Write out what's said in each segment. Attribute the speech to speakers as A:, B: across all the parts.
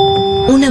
A: Una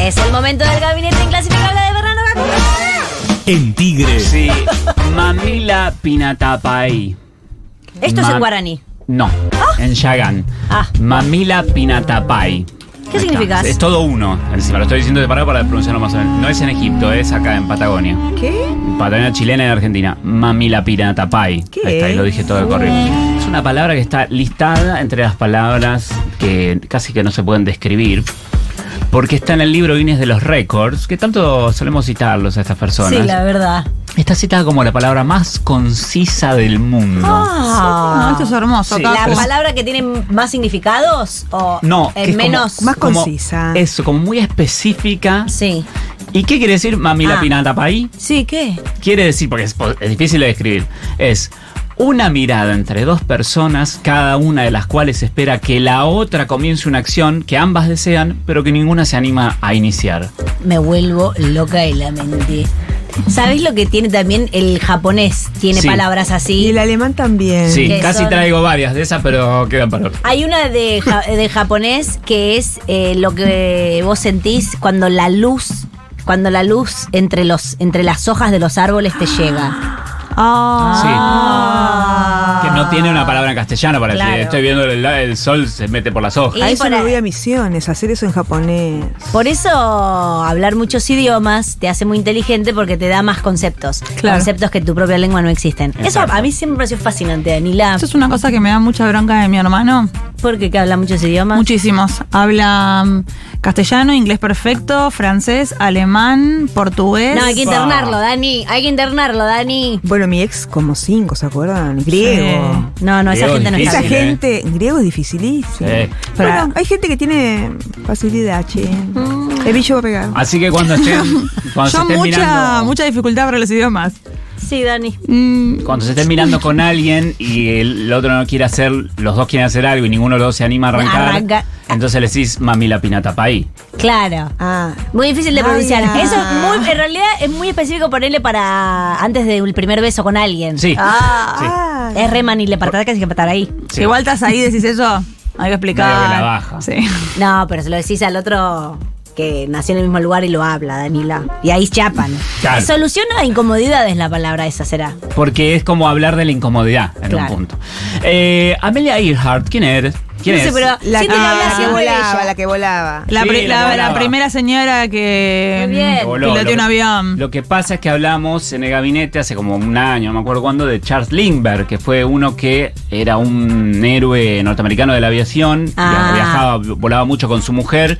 B: Es el momento del gabinete inclasificable de Fernando Cacurri.
C: En Tigre.
D: Sí, Mamila Pinatapai.
B: Esto es
D: Ma-
B: en guaraní.
D: No, en Yagan.
B: Ah.
D: Mamila Pinatapai.
B: ¿Qué
D: Ahí
B: significa?
D: está. Es todo uno. Encima lo estoy diciendo separado para pronunciarlo más o menos. No es en Egipto, es acá en Patagonia.
B: ¿Qué?
D: Patagonia chilena y Argentina. Mamila Pinatapai.
B: ¿Qué?
D: Ahí está, ahí lo dije todo el correo. Es una palabra que está listada entre las palabras que casi que no se pueden describir. Porque está en el libro Guinness de los Records, que tanto solemos citarlos a estas personas.
B: Sí, la verdad.
D: Está citada como la palabra más concisa del mundo.
B: Ah.
E: No, esto es hermoso.
D: Sí.
E: Caco.
B: ¿La palabra que tiene más significados o
D: No,
B: eh,
D: que es como-
B: menos?
E: Más
D: como-
E: concisa.
D: Eso, como muy específica.
B: Sí.
D: ¿Y qué quiere decir mamila
B: Ah.
D: pinata paí?
B: Sí, ¿qué?
D: Quiere decir, porque es, po- es difícil de describir, es una mirada entre dos personas, cada una de las cuales espera que la otra comience una acción que ambas desean, pero que ninguna se anima a iniciar.
B: Me vuelvo loca y la mente. ¿Sabes lo que tiene también el japonés? Tiene
D: Sí.
B: palabras
E: Y
B: así.
E: el alemán también.
D: Sí,
B: Eh, Que
D: casi
B: son-
D: traigo varias de esas, pero quedan para otro.
B: Hay una de, ja- de japonés que es eh, lo que vos sentís cuando la luz, cuando la luz entre los, entre las hojas de los árboles te llega.
E: Ah.
D: Sí.
B: Ah.
D: Que no tiene una palabra en castellano para
B: Claro.
D: decir, estoy viendo el, el sol se mete por las hojas.
B: Y
E: A eso
B: por
E: me
B: ahí-
E: voy a misiones, a hacer eso en japonés.
B: Por eso hablar muchos idiomas te hace muy inteligente porque te da más conceptos.
E: Claro.
B: Conceptos que en tu propia lengua no existen. Eso
D: Exacto.
B: a mí siempre me pareció fascinante, Danila.
F: Eso es una cosa que me da mucha bronca de mi hermano.
B: Porque que habla muchos idiomas.
F: Muchísimos. Habla mm, castellano, inglés perfecto, francés, alemán, portugués.
B: no, hay que internarlo, Dani. Hay que internarlo, Dani.
E: Bueno, mi ex como cinco, ¿se acuerdan? Griego.
B: No, no, esa
D: Diego,
B: gente no
D: difícil,
B: está
E: Esa
B: bien.
D: ¿eh?
E: gente, griego es dificilísimo.
D: Sí.
E: Pero
F: Para-
E: bueno, hay gente que tiene facilidad, che. El bicho va a pegar.
D: Así que cuando estén, cuando se
F: Yo
D: estén
F: mucha,
D: mirando,
F: mucha dificultad para los idiomas.
B: Sí, Dani.
F: Mm,
D: cuando se estén mirando con alguien y el, el otro no quiere hacer, los dos quieren hacer algo y ninguno de los dos se anima a arrancar,
B: Arranca.
D: entonces le decís mami la pinata paí.
B: Claro.
E: Ah.
B: Muy difícil de
E: Nadia.
B: pronunciar. Eso es muy, en realidad es muy específico ponerle para antes del primer beso con alguien.
D: Sí.
E: Ah.
B: Es re manile para casi que patar ahí.
D: Sí.
F: Igual estás ahí, decís eso. Hay que explicar.
D: Medio que la baja.
F: Sí.
B: No, pero se lo decís al otro que nació en el mismo lugar y lo habla, Danila. Y ahí chapan.
D: Claro.
B: Soluciona incomodidades la palabra esa será.
D: Porque es como hablar de la incomodidad en
B: Claro.
D: un punto. Eh, Amelia Earhart, ¿quién eres? ¿Quién
B: No sé,
D: es?
B: pero
E: La,
B: siento
E: que,
B: que habla
E: la que
B: siempre
E: volaba,
B: ella.
E: la que volaba.
F: La,
D: Sí, la que
F: pri- la- la
D: volaba.
F: primera señora que
B: Muy bien.
F: mm,
B: Que
D: voló.
F: piloteó
D: Lo
F: un
D: que-
F: avión.
D: Lo que pasa es que hablamos en el gabinete hace como un año, no me acuerdo cuándo, de Charles Lindbergh, que fue uno que era un héroe norteamericano de la aviación, via-
B: Ah.
D: viajaba, volaba mucho con su mujer.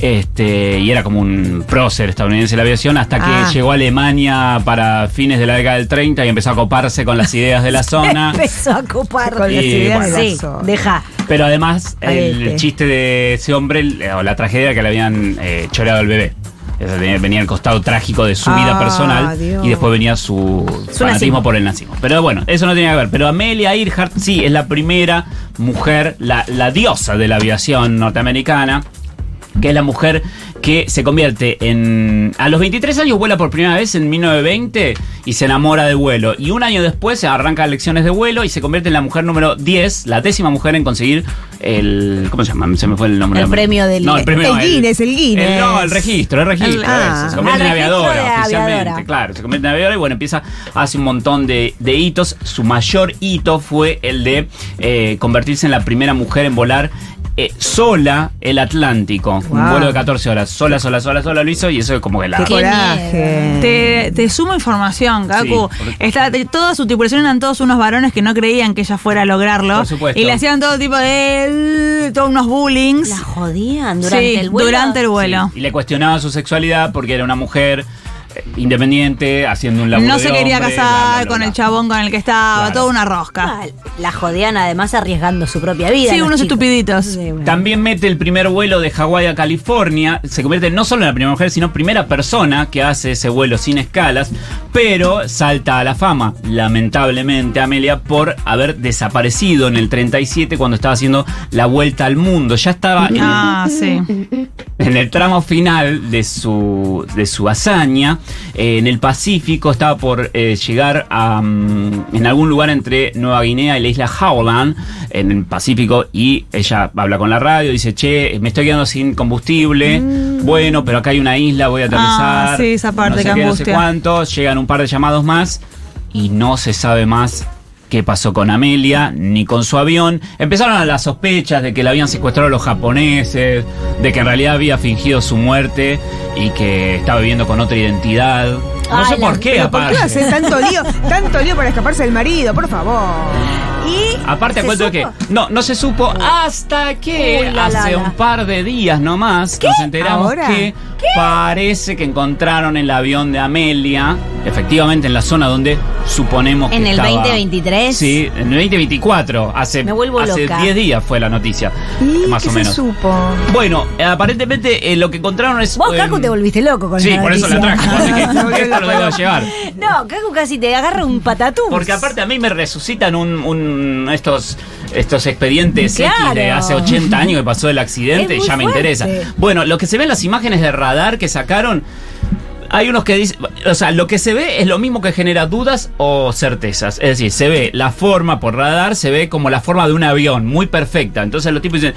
D: Este, y era como un prócer estadounidense de la aviación hasta que
E: Ah.
D: llegó a Alemania para fines de la década del 30 y empezó a coparse con las ideas de la zona.
B: Empezó a copar.
E: Con las
D: Y
E: ideas
D: bueno.
E: de la
B: Sí,
E: zona.
B: deja.
D: Pero además, el
E: Este.
D: chiste de ese hombre, eh, o la tragedia que le habían eh, choreado al bebé. Eso tenía- Venía el costado trágico de su vida
E: Ah,
D: personal
E: Dios.
D: y después venía su, fanatismo
B: nazismo.
D: por el nazismo. Pero bueno, eso no tenía que ver. Pero Amelia Earhart sí es la primera mujer, la, la diosa de la aviación norteamericana, que es la mujer que se convierte en... A los 23 años vuela por primera vez en 1920 y se enamora de vuelo. Y un año después se arranca lecciones de vuelo y se convierte en la mujer número 10, la décima mujer en conseguir el... ¿Cómo se llama? Se me fue el nombre.
B: El premio del-
D: No, el premio.
E: El Guinness, el Guinness.
D: no, el registro, el registro.
E: El- ah.
D: eso. se convierte en
B: Ah, el registro
D: aviadora
B: de
D: oficialmente.
B: aviadora.
D: Claro, se convierte en aviadora y bueno, empieza, hace un montón de, de hitos. Su mayor hito fue el de eh, convertirse en la primera mujer en volar eh, sola el Atlántico. Un
E: Wow.
D: vuelo de 14 horas. Sola, sola, sola, sola lo hizo y eso es como que la...
E: Qué
B: Qué
E: coraje.
F: Te, te sumo información, Kaku.
D: Sí.
F: Está- te- toda su tripulación eran todos unos varones que no creían que ella fuera a lograrlo.
D: Por supuesto.
F: Y le hacían todo tipo de. eh, todos unos bullings.
B: La jodían durante
F: Sí,
B: el vuelo.
F: Durante el vuelo.
D: Y le cuestionaba su sexualidad porque era una mujer. eh, independiente, haciendo un laburo
F: No
D: de
F: se quería
D: hombre,
F: casar
D: bla, bla,
F: con
D: bla.
F: el chabón con el que estaba,
D: Claro.
F: toda una rosca.
B: Ah, La jodean además arriesgando su propia vida.
F: Sí,
B: los
F: unos
B: chicos.
F: estupiditos.
B: Sí, bueno.
D: También mete el primer vuelo de Hawái a California. Se convierte no solo en la primera mujer, sino primera persona que hace ese vuelo sin escalas. Pero salta a la fama, lamentablemente, Amelia, por haber desaparecido en el 37 cuando estaba haciendo la vuelta al mundo. Ya estaba en el
F: Ah, sí.
D: en el tramo final de su, de su hazaña, eh, en el Pacífico, estaba por eh, llegar a, mm, en algún lugar entre Nueva Guinea y la isla Howland, en el Pacífico, y ella habla con la radio, dice, che, me estoy quedando sin combustible, bueno, pero acá hay una isla, voy a aterrizar.
F: Mm. Ah, sí, esa parte,
D: no sé
F: qué
D: qué, no sé
F: angustia.
D: cuánto, llegan un par de llamados más, y no se sabe más qué pasó con Amelia, ni con su avión. Empezaron las sospechas de que la habían secuestrado los japoneses, de que en realidad había fingido su muerte y que estaba viviendo con otra identidad. No
B: Ay,
D: sé
B: la-
D: por qué,
B: pero
E: ¿Por
D: aparte.
E: qué hace tanto lío? Tanto lío para escaparse del marido, por favor.
B: Y
D: Aparte,
E: ¿Se
D: cuento de que.
E: supo?
D: No, no se supo hasta que
B: Uy, la, la,
D: hace
B: la.
D: un par de días nomás nos enteramos
E: ¿Ahora?
D: que parece que encontraron el avión de Amelia, efectivamente en la zona donde suponemos
B: En
D: que
B: el
D: estaba.
B: 2023.
D: Sí, en el 2024. Hace,
B: Me vuelvo
D: hace
B: loca.
D: 10 días fue la noticia,
E: ¿Y
D: más
E: qué
D: o
E: se
D: menos.
E: supo?
D: Bueno, eh, aparentemente eh, lo que encontraron es.
B: vos,
D: eh,
B: Cacu, te volviste loco con
D: Sí,
B: esa
D: por eso la
B: noticia.
D: traje. porque
E: Se volvió
D: dije, esto lo
E: loco.
D: debo llevar.
B: No, Cacu casi te agarra un patatús.
D: Porque aparte a mí me resucitan un, un- estos, estos expedientes X de
B: Claro.
D: hace 80 años que pasó el accidente,
B: Es muy
D: ya me
B: fuerte.
D: interesa. Bueno, lo que se ve en las imágenes de radar que sacaron, hay unos que dicen, o sea, lo que se ve es lo mismo que genera dudas o certezas. Es decir, se ve la forma por radar, se ve como la forma de un avión, muy perfecta. Entonces los tipos dicen...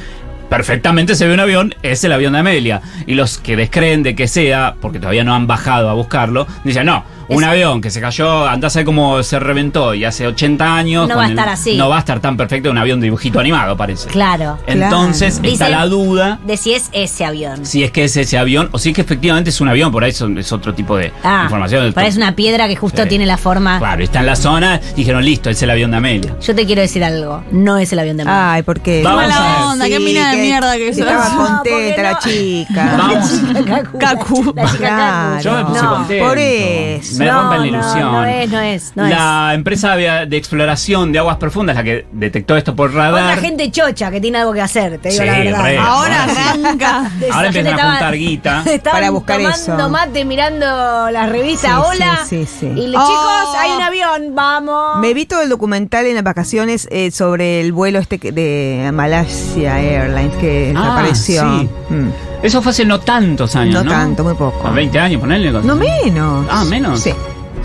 D: Perfectamente se ve un avión, es el avión de Amelia. Y los que descreen de que sea, porque todavía no han bajado a buscarlo, dicen, no, un
B: Es-
D: avión que se cayó, andás a ver cómo se reventó y hace 80 años.
B: No
D: con
B: va a estar así.
D: No va a estar tan perfecto un avión de dibujito animado, parece.
B: Claro.
D: Entonces
B: Claro.
D: está
B: Dicen-
D: la duda
B: De si es ese avión.
D: si es que es ese avión o si es que efectivamente es un avión, por ahí son- es otro tipo de
B: Ah,
D: información.
B: parece una piedra que justo
D: Sí.
B: tiene la forma.
D: Claro, está en la zona, dijeron, listo, es el avión de Amelia.
B: Yo te quiero decir algo. No es el avión de
D: Ah,
B: Amelia.
E: Ay, ¿por qué?
D: Vamos a ver.
F: Mala onda, qué mina de mierda que sos.
E: Estaba
B: No,
E: contenta
B: ¿por qué
E: la
B: no?
E: chica.
D: Vamos.
B: Cacu.
F: Cacu.
B: La chica
E: Claro.
B: Cacu.
D: Yo me puse
B: No.
D: contento.
E: por eso.
D: Me
B: No,
D: rompen la ilusión.
B: No, no es, no es, no
D: la empresa de, de exploración de aguas profundas, la que detectó esto por
B: es. Otra
D: radar.
B: gente chocha que tiene algo que hacer, te digo
D: Sí,
B: la verdad.
D: re.
F: Ahora
D: Ahora Ah, sí.
F: arranca.
B: Esa
D: Ahora
B: gente
D: empiezan a
B: estaba-
D: juntar guita.
B: Estaban
E: Para buscar
B: tomando
E: eso.
B: mate, mirando la revista
E: Sí,
B: Hola.
E: sí, sí, sí.
B: Y le-
F: Oh.
B: chicos, hay un avión, vamos.
E: Me vi todo el documental en las vacaciones eh, sobre el vuelo este que- de Malasia Airlines que
D: Ah,
E: desapareció.
D: sí.
E: Mm.
D: Eso fue hace no tantos años, ¿no?
E: No tanto, muy poco.
D: Ah, 20 años, ponele.
E: No menos.
D: Ah, menos.
E: Sí.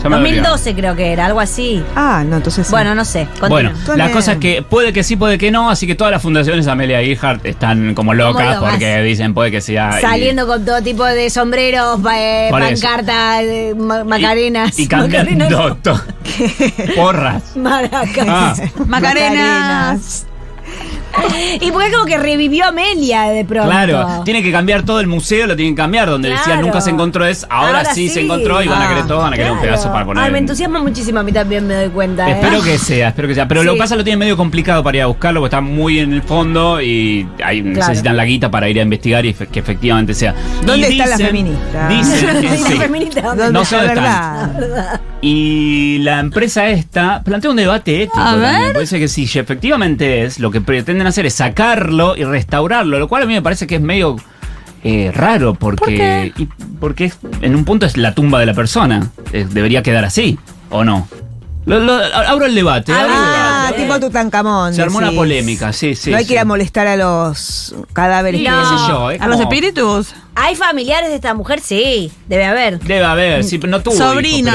D: Ya me olvidé.
B: 2012 creo que era, algo así.
E: Ah, no, entonces. sí.
B: Bueno, no sé. continúa.
D: Bueno, la
E: Ponele.
D: cosa es que puede que sí, puede que no, así que todas las fundaciones Amelia Earhart están como locas
B: locas.
D: porque dicen puede que sea. ah, y-
B: Saliendo con todo tipo de sombreros, eh,
D: Por eso.
B: pancartas, eh, ma-
D: y-
B: macarenas.
D: Y, cantando.
B: Macarenas no,
D: to- Porras.
B: maracas.
D: Ah,
F: Macarenas.
B: Y porque como que revivió Amelia de pronto.
D: claro. Tiene que cambiar todo el museo, lo tienen que cambiar. Donde decía
B: Claro.
D: nunca se encontró es, ahora,
B: Ahora
D: sí,
B: sí.
D: se encontró y van a
E: Ah,
D: querer todo, van a querer un
B: Claro.
D: pedazo para poner.
B: Ay, me
D: en-
B: entusiasma muchísimo a mí también, me doy cuenta. ¿eh?
D: Espero que sea, espero que sea. Pero lo
B: Sí.
D: que pasa lo tienen medio complicado para ir a buscarlo, porque está muy en el fondo y ahí necesitan la guita para ir a investigar y efe- que efectivamente sea.
E: ¿Dónde
D: Y
E: están las feministas?
D: Dicen que
B: Soy una
D: sí.
B: feminista.
E: ¿Dónde?
D: No sé
E: La
D: dónde
E: verdad.
D: Y la empresa esta plantea un debate ético.
F: A
D: también.
F: ver.
D: Parece que sí, efectivamente es, lo que pretenden hacer es sacarlo y restaurarlo, lo cual a mí me parece que es medio eh, raro, porque, y porque es- en un punto es la tumba de la persona. Eh, debería quedar así, ¿o no? Lo- lo- abro el debate. abro el
E: Ah,
D: debate.
E: tipo Tutankamón.
D: Se armó una
E: decís.
D: polémica, sí, sí,
E: No hay
D: sí.
E: que ir a molestar a los cadáveres.
D: Y
E: que-
D: qué sé yo, es
F: A los
D: como-
F: espíritus.
B: ¿Hay familiares de esta mujer? Sí, debe haber.
D: Debe haber, sí, pero no tuvo
F: Sobrinos,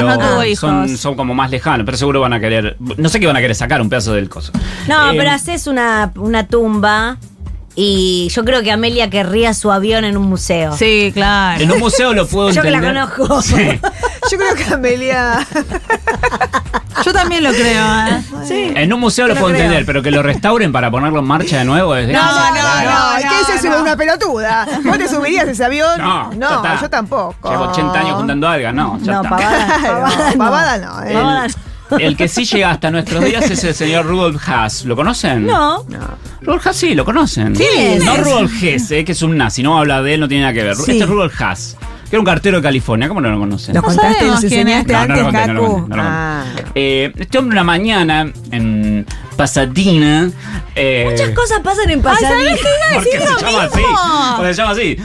D: hijos, pero
F: no tuvo
D: Son,
F: hijos.
D: son como más lejanos, pero seguro van a querer. No sé qué van a querer sacar un pedazo del coso.
B: No,
D: Eh,
B: pero haces una, una tumba y yo creo que Amelia querría su avión en un museo.
D: Ah.
F: Sí, claro.
D: En un museo lo puedo
B: Yo que la
D: entender.
B: conozco.
D: Sí.
E: Yo creo que Amelia.
F: Yo también lo creo, ¿eh?
D: En un museo lo
E: No
D: puedo
E: creo.
D: entender, pero que lo restauren para ponerlo en marcha de nuevo es-
B: Ah,
E: no,
F: no,
E: ¿Qué es eso?
F: no.
E: Una pelotuda. ¿Vos te subirías a ese avión?
D: No, ya está.
E: yo tampoco.
D: Llevo 80 años juntando algas, no, ya
B: No,
D: está.
B: pavada, pavada
E: Claro,
B: no.
E: pavada no. eh.
B: Pavada
D: El, el que sí llega hasta nuestros días es el señor Rudolf Haas. ¿Lo conocen?
B: No.
D: Rudolf Haas sí, lo conocen.
B: ¿Quién es?
D: No Rudolf Hess, eh, que es un nazi, no habla de él, no tiene nada que ver.
E: Sí.
D: Este es Rudolf Haas. que que era un cartero de California. ¿Cómo no lo conocen?
E: ¿Los contaste?
F: sabemos
E: ¿Los
F: quién es.
D: No,
E: enseñaste
D: no
E: antes,
D: lo conté, no lo
E: Cacu?
D: conté, no lo
E: Ah.
D: Eh, este hombre una mañana en Pasadena. eh,
B: Muchas cosas pasan en Pasadena.
D: ¿Por qué se llama así? Porque se llama así.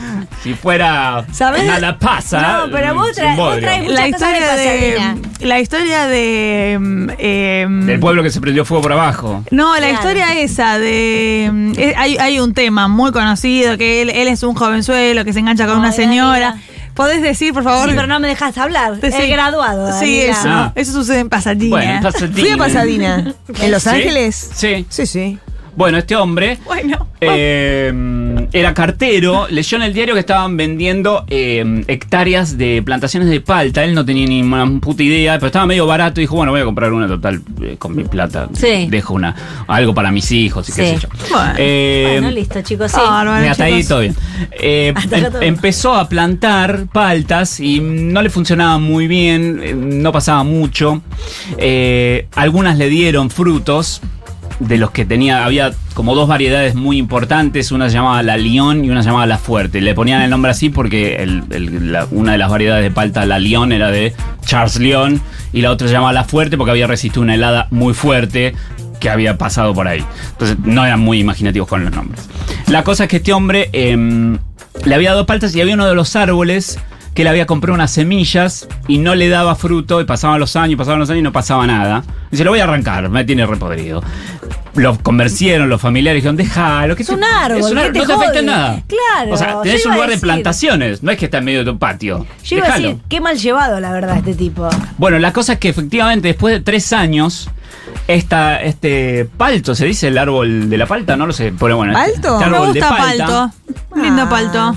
D: Si fuera
B: ¿Sabes?
D: una la pasa. mm,
B: No, pero vos
D: es un
B: tra- vos
D: bodrio.
B: traes mucho-
F: La
B: Muchas cosas
F: historia
B: de
F: de.
B: Pasadena.
F: La historia de. mm, em,
D: Del pueblo que se prendió fuego por abajo.
F: No, la
B: Claro.
F: historia esa de. mm, eh, Hay, hay un tema muy conocido que él, él es un jovenzuelo que se engancha con
B: No,
F: una
B: era
F: señora. ¿Podés decir, por favor?
B: Sí, pero no me dejas hablar.
F: Te-
B: He
F: sí.
B: graduado.
F: Sí,
B: Daniela.
F: eso.
D: Ah.
F: Eso sucede en Pasadena.
D: Bueno, en Pasadena.
E: Fui a Pasadena. ¿En Los
D: ¿Sí?
E: Ángeles?
D: Sí.
E: Sí, sí.
D: Bueno, este hombre
F: Bueno.
D: eh, era cartero, leyó en el diario que estaban vendiendo eh, hectáreas de plantaciones de palta. Él no tenía ni una puta idea, pero estaba medio barato. y Dijo, bueno, voy a comprar una total eh, con mi plata.
B: Sí.
D: Dejo una, algo para mis hijos y qué
B: Sí.
D: sé yo.
F: Bueno.
D: Eh,
B: Bueno, listo, chicos. Sí.
F: Ah, Bueno,
D: hasta ahí
F: chicos.
D: todo bien. Eh,
B: Hasta acá todo
D: em- empezó a plantar paltas y no le funcionaba muy bien, eh, no pasaba mucho. Eh, algunas le dieron frutos de los que tenía, había como dos variedades muy importantes, una se llamaba la León y una se llamaba la Fuerte. Le ponían el nombre así porque el- el- la- una de las variedades de palta, la León, era de Charles León y la otra se llamaba la Fuerte porque había resistido una helada muy fuerte que había pasado por ahí. Entonces no eran muy imaginativos con los nombres. La cosa es que este hombre em, le había dado paltas y había uno de los árboles que le había comprado unas semillas y no le daba fruto y pasaban los años, pasaban los años y no pasaba nada. Dice, lo voy a arrancar, me tiene repodrido. Los convencieron los familiares, dijeron, déjalo, que
B: Es un árbol,
D: es un
B: ¿qué
D: árbol,
B: te
D: no te afecta en
B: jode?
D: nada.
B: Claro,
D: O sea, tenés
B: yo iba
D: un
B: a
D: lugar de
B: decir-
D: plantaciones, no es que está en medio de tu patio.
B: Yo iba a
D: Déjalo.
B: decir, qué mal llevado, la verdad, este tipo.
D: Bueno, la cosa es que efectivamente después de tres años, esta, este palto, se dice el árbol de la palta, no lo sé, pero bueno. este-
E: ¿Palto?
D: este
E: Me
F: Me
D: árbol de
F: gusta
D: palta
F: Palto. Lindo
E: Ah.
F: Palto.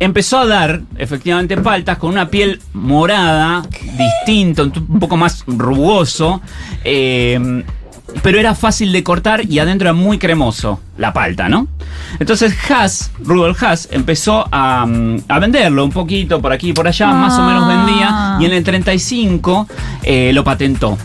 D: empezó a dar efectivamente paltas con una piel morada, distinto, un poco más rugoso, eh, pero era fácil de cortar y adentro era muy cremoso la palta, ¿no? Entonces Haas, Rudolf Haas, empezó a, mm, a venderlo un poquito por aquí y por allá, más o menos vendía,
F: Ah.
D: y en el 35 eh, lo patentó.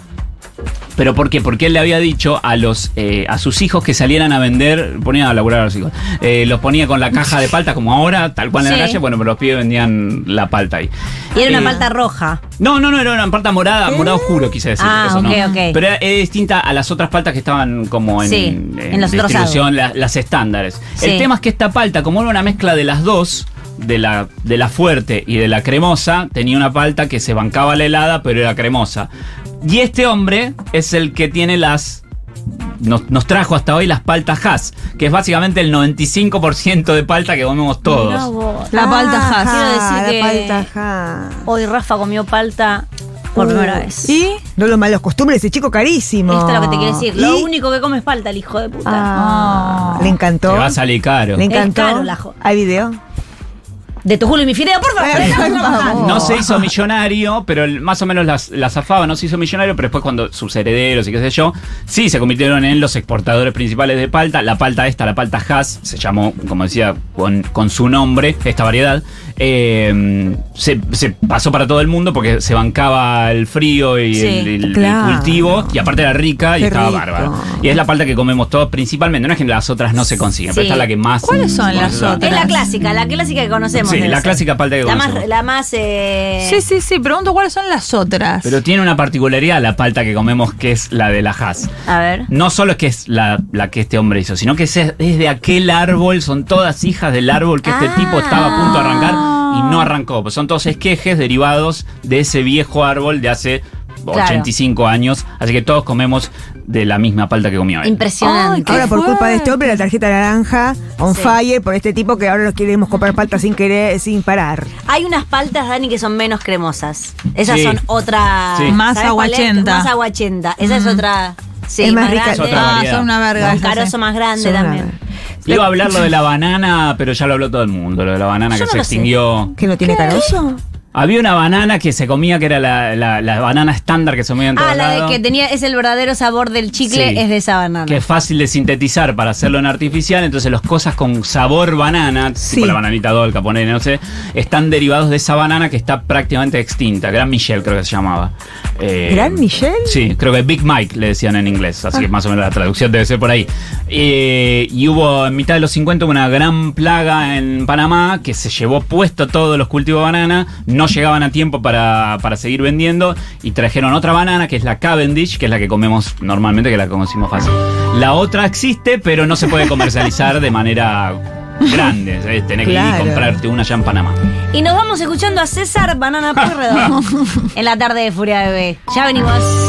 D: ¿Pero por qué? Porque él le había dicho a los eh, a sus hijos que salieran a vender, ponía a laburar a los hijos, eh, los ponía con la caja de palta como ahora, tal cual en la
B: Sí.
D: calle, bueno, pero los pibes vendían la palta ahí.
B: Y era
D: Eh,
B: una palta roja.
D: No, no, no, era una palta morada, morado oscuro quise decir.
B: Ah,
D: eso, ¿no?
B: ok, ok.
D: Pero era, era distinta a las otras paltas que estaban como en,
B: Sí, en los otros
D: distribución, la- las estándares.
B: Sí.
D: El tema es que esta palta, como era una mezcla de las dos, de la, de la fuerte y de la cremosa, tenía una palta que se bancaba la helada, pero era cremosa. Y este hombre es el que tiene las. Nos, nos trajo hasta hoy las paltas Haas, que es básicamente el 95% de palta que comemos
B: Mirá
D: todos.
B: vos.
F: La palta
E: Ajá,
F: Haas.
B: Quiero decir que-
E: Ah, La palta Haas.
B: Hoy Rafa comió palta por
E: Uh,
B: primera vez.
E: ¿Y? No los malos costumbres, ese chico carísimo.
B: Esto es lo que te quiero decir. Lo
E: ¿Y?
B: único que come es palta, el hijo de puta.
E: Ah, Le
D: Te
E: encantó.
D: va a salir caro.
E: Le encantó.
B: caro la jo-
E: ¿Hay video?
B: De tu Julio y mi fideo, por favor.
E: Ay,
B: estamos
E: Eh, por
B: trabajando.
E: favor.
D: No se hizo millonario, pero el- más o menos las- la zafaba, no se hizo millonario, pero después cuando sus herederos y qué sé yo, sí se convirtieron en los exportadores principales de palta. La palta esta, la palta Haas, se llamó, como decía, con, con su nombre, esta variedad, eh, se, se pasó para todo el mundo porque se bancaba el frío y
B: Sí,
D: el, el- el
E: claro.
D: cultivo, y aparte era rica y
E: Qué
D: estaba
E: rico.
D: bárbara. Y es la palta que comemos todos principalmente, no es que las otras no se consiguen, pero
B: Sí.
D: esta es la que más...
F: ¿Cuáles son
D: bueno,
F: las
D: se da.
F: otras?
B: Es la clásica, la clásica que conocemos.
D: Sí,
B: debe
D: la
B: ser.
D: clásica palta que
B: La más,
D: conocemos.
B: la más eh,
F: Sí, sí, sí. Pregunto cuáles son las otras.
D: Pero tiene una particularidad la palta que comemos, que es la de la Haas.
B: A ver.
D: No solo es que es la, la que este hombre hizo, sino que es, es de aquel árbol, son todas hijas del árbol que este
B: Ah.
D: tipo estaba a punto de arrancar y no arrancó. Pues son todos esquejes derivados de ese viejo árbol de hace
B: Claro.
D: 85 años. Así que todos comemos de la misma palta que comió él.
F: Ay,
B: Impresionante.
F: qué-
E: Ahora por culpa de este hombre la tarjeta naranja on
B: Sí.
E: fire por este tipo que ahora nos queremos comprar palta sin querer, sin parar.
B: Hay unas paltas, Dani, que son menos cremosas. Esas
D: Sí.
B: son otra.
D: Sí.
F: Más
B: ¿sabés cuál es?
F: aguachenta.
B: Más aguachenta. Esa es otra. Sí,
E: Es más rica.
B: grande.
D: Es otra
F: Ah,
D: variedad.
F: son una verga.
B: Con
F: esas,
B: carozo
F: eh.
B: más grande
E: Son una
B: también.
D: Iba a hablar lo de la banana, pero ya lo habló todo el mundo, lo de la banana
B: Yo
D: que
B: no
D: se
B: lo sé.
D: extinguió.
E: Que no tiene carozo.
D: Había una banana que se comía, que era la, la- la banana estándar que se comía en todo
B: Ah, la
D: lado.
B: de que tenía, es el verdadero sabor del chicle,
D: Sí.
B: es de esa banana.
D: Que es fácil de sintetizar para hacerlo en artificial, entonces las cosas con sabor banana,
E: Sí.
D: tipo la bananita dolca, ponele, no sé, están derivados de esa banana que está prácticamente extinta. Gran Michelle creo que se llamaba. Eh,
E: ¿Gran Michelle?
D: Sí, creo que Big Mike le decían en inglés, así que más o menos la traducción debe ser por ahí. Eh, y hubo en mitad de los 50 una gran plaga en Panamá que se llevó puesto todos los cultivos de banana, no llegaban a tiempo para, para seguir vendiendo y trajeron otra banana que es la Cavendish, que es la que comemos normalmente, que la conocimos fácil. La otra existe, pero no se puede comercializar de manera grande, eh, tenés que ir y
E: Claro.
D: comprarte una ya en Panamá.
B: Y nos vamos escuchando a César Banana Pueyrredón en la tarde de Furia Bebé. Ya venimos.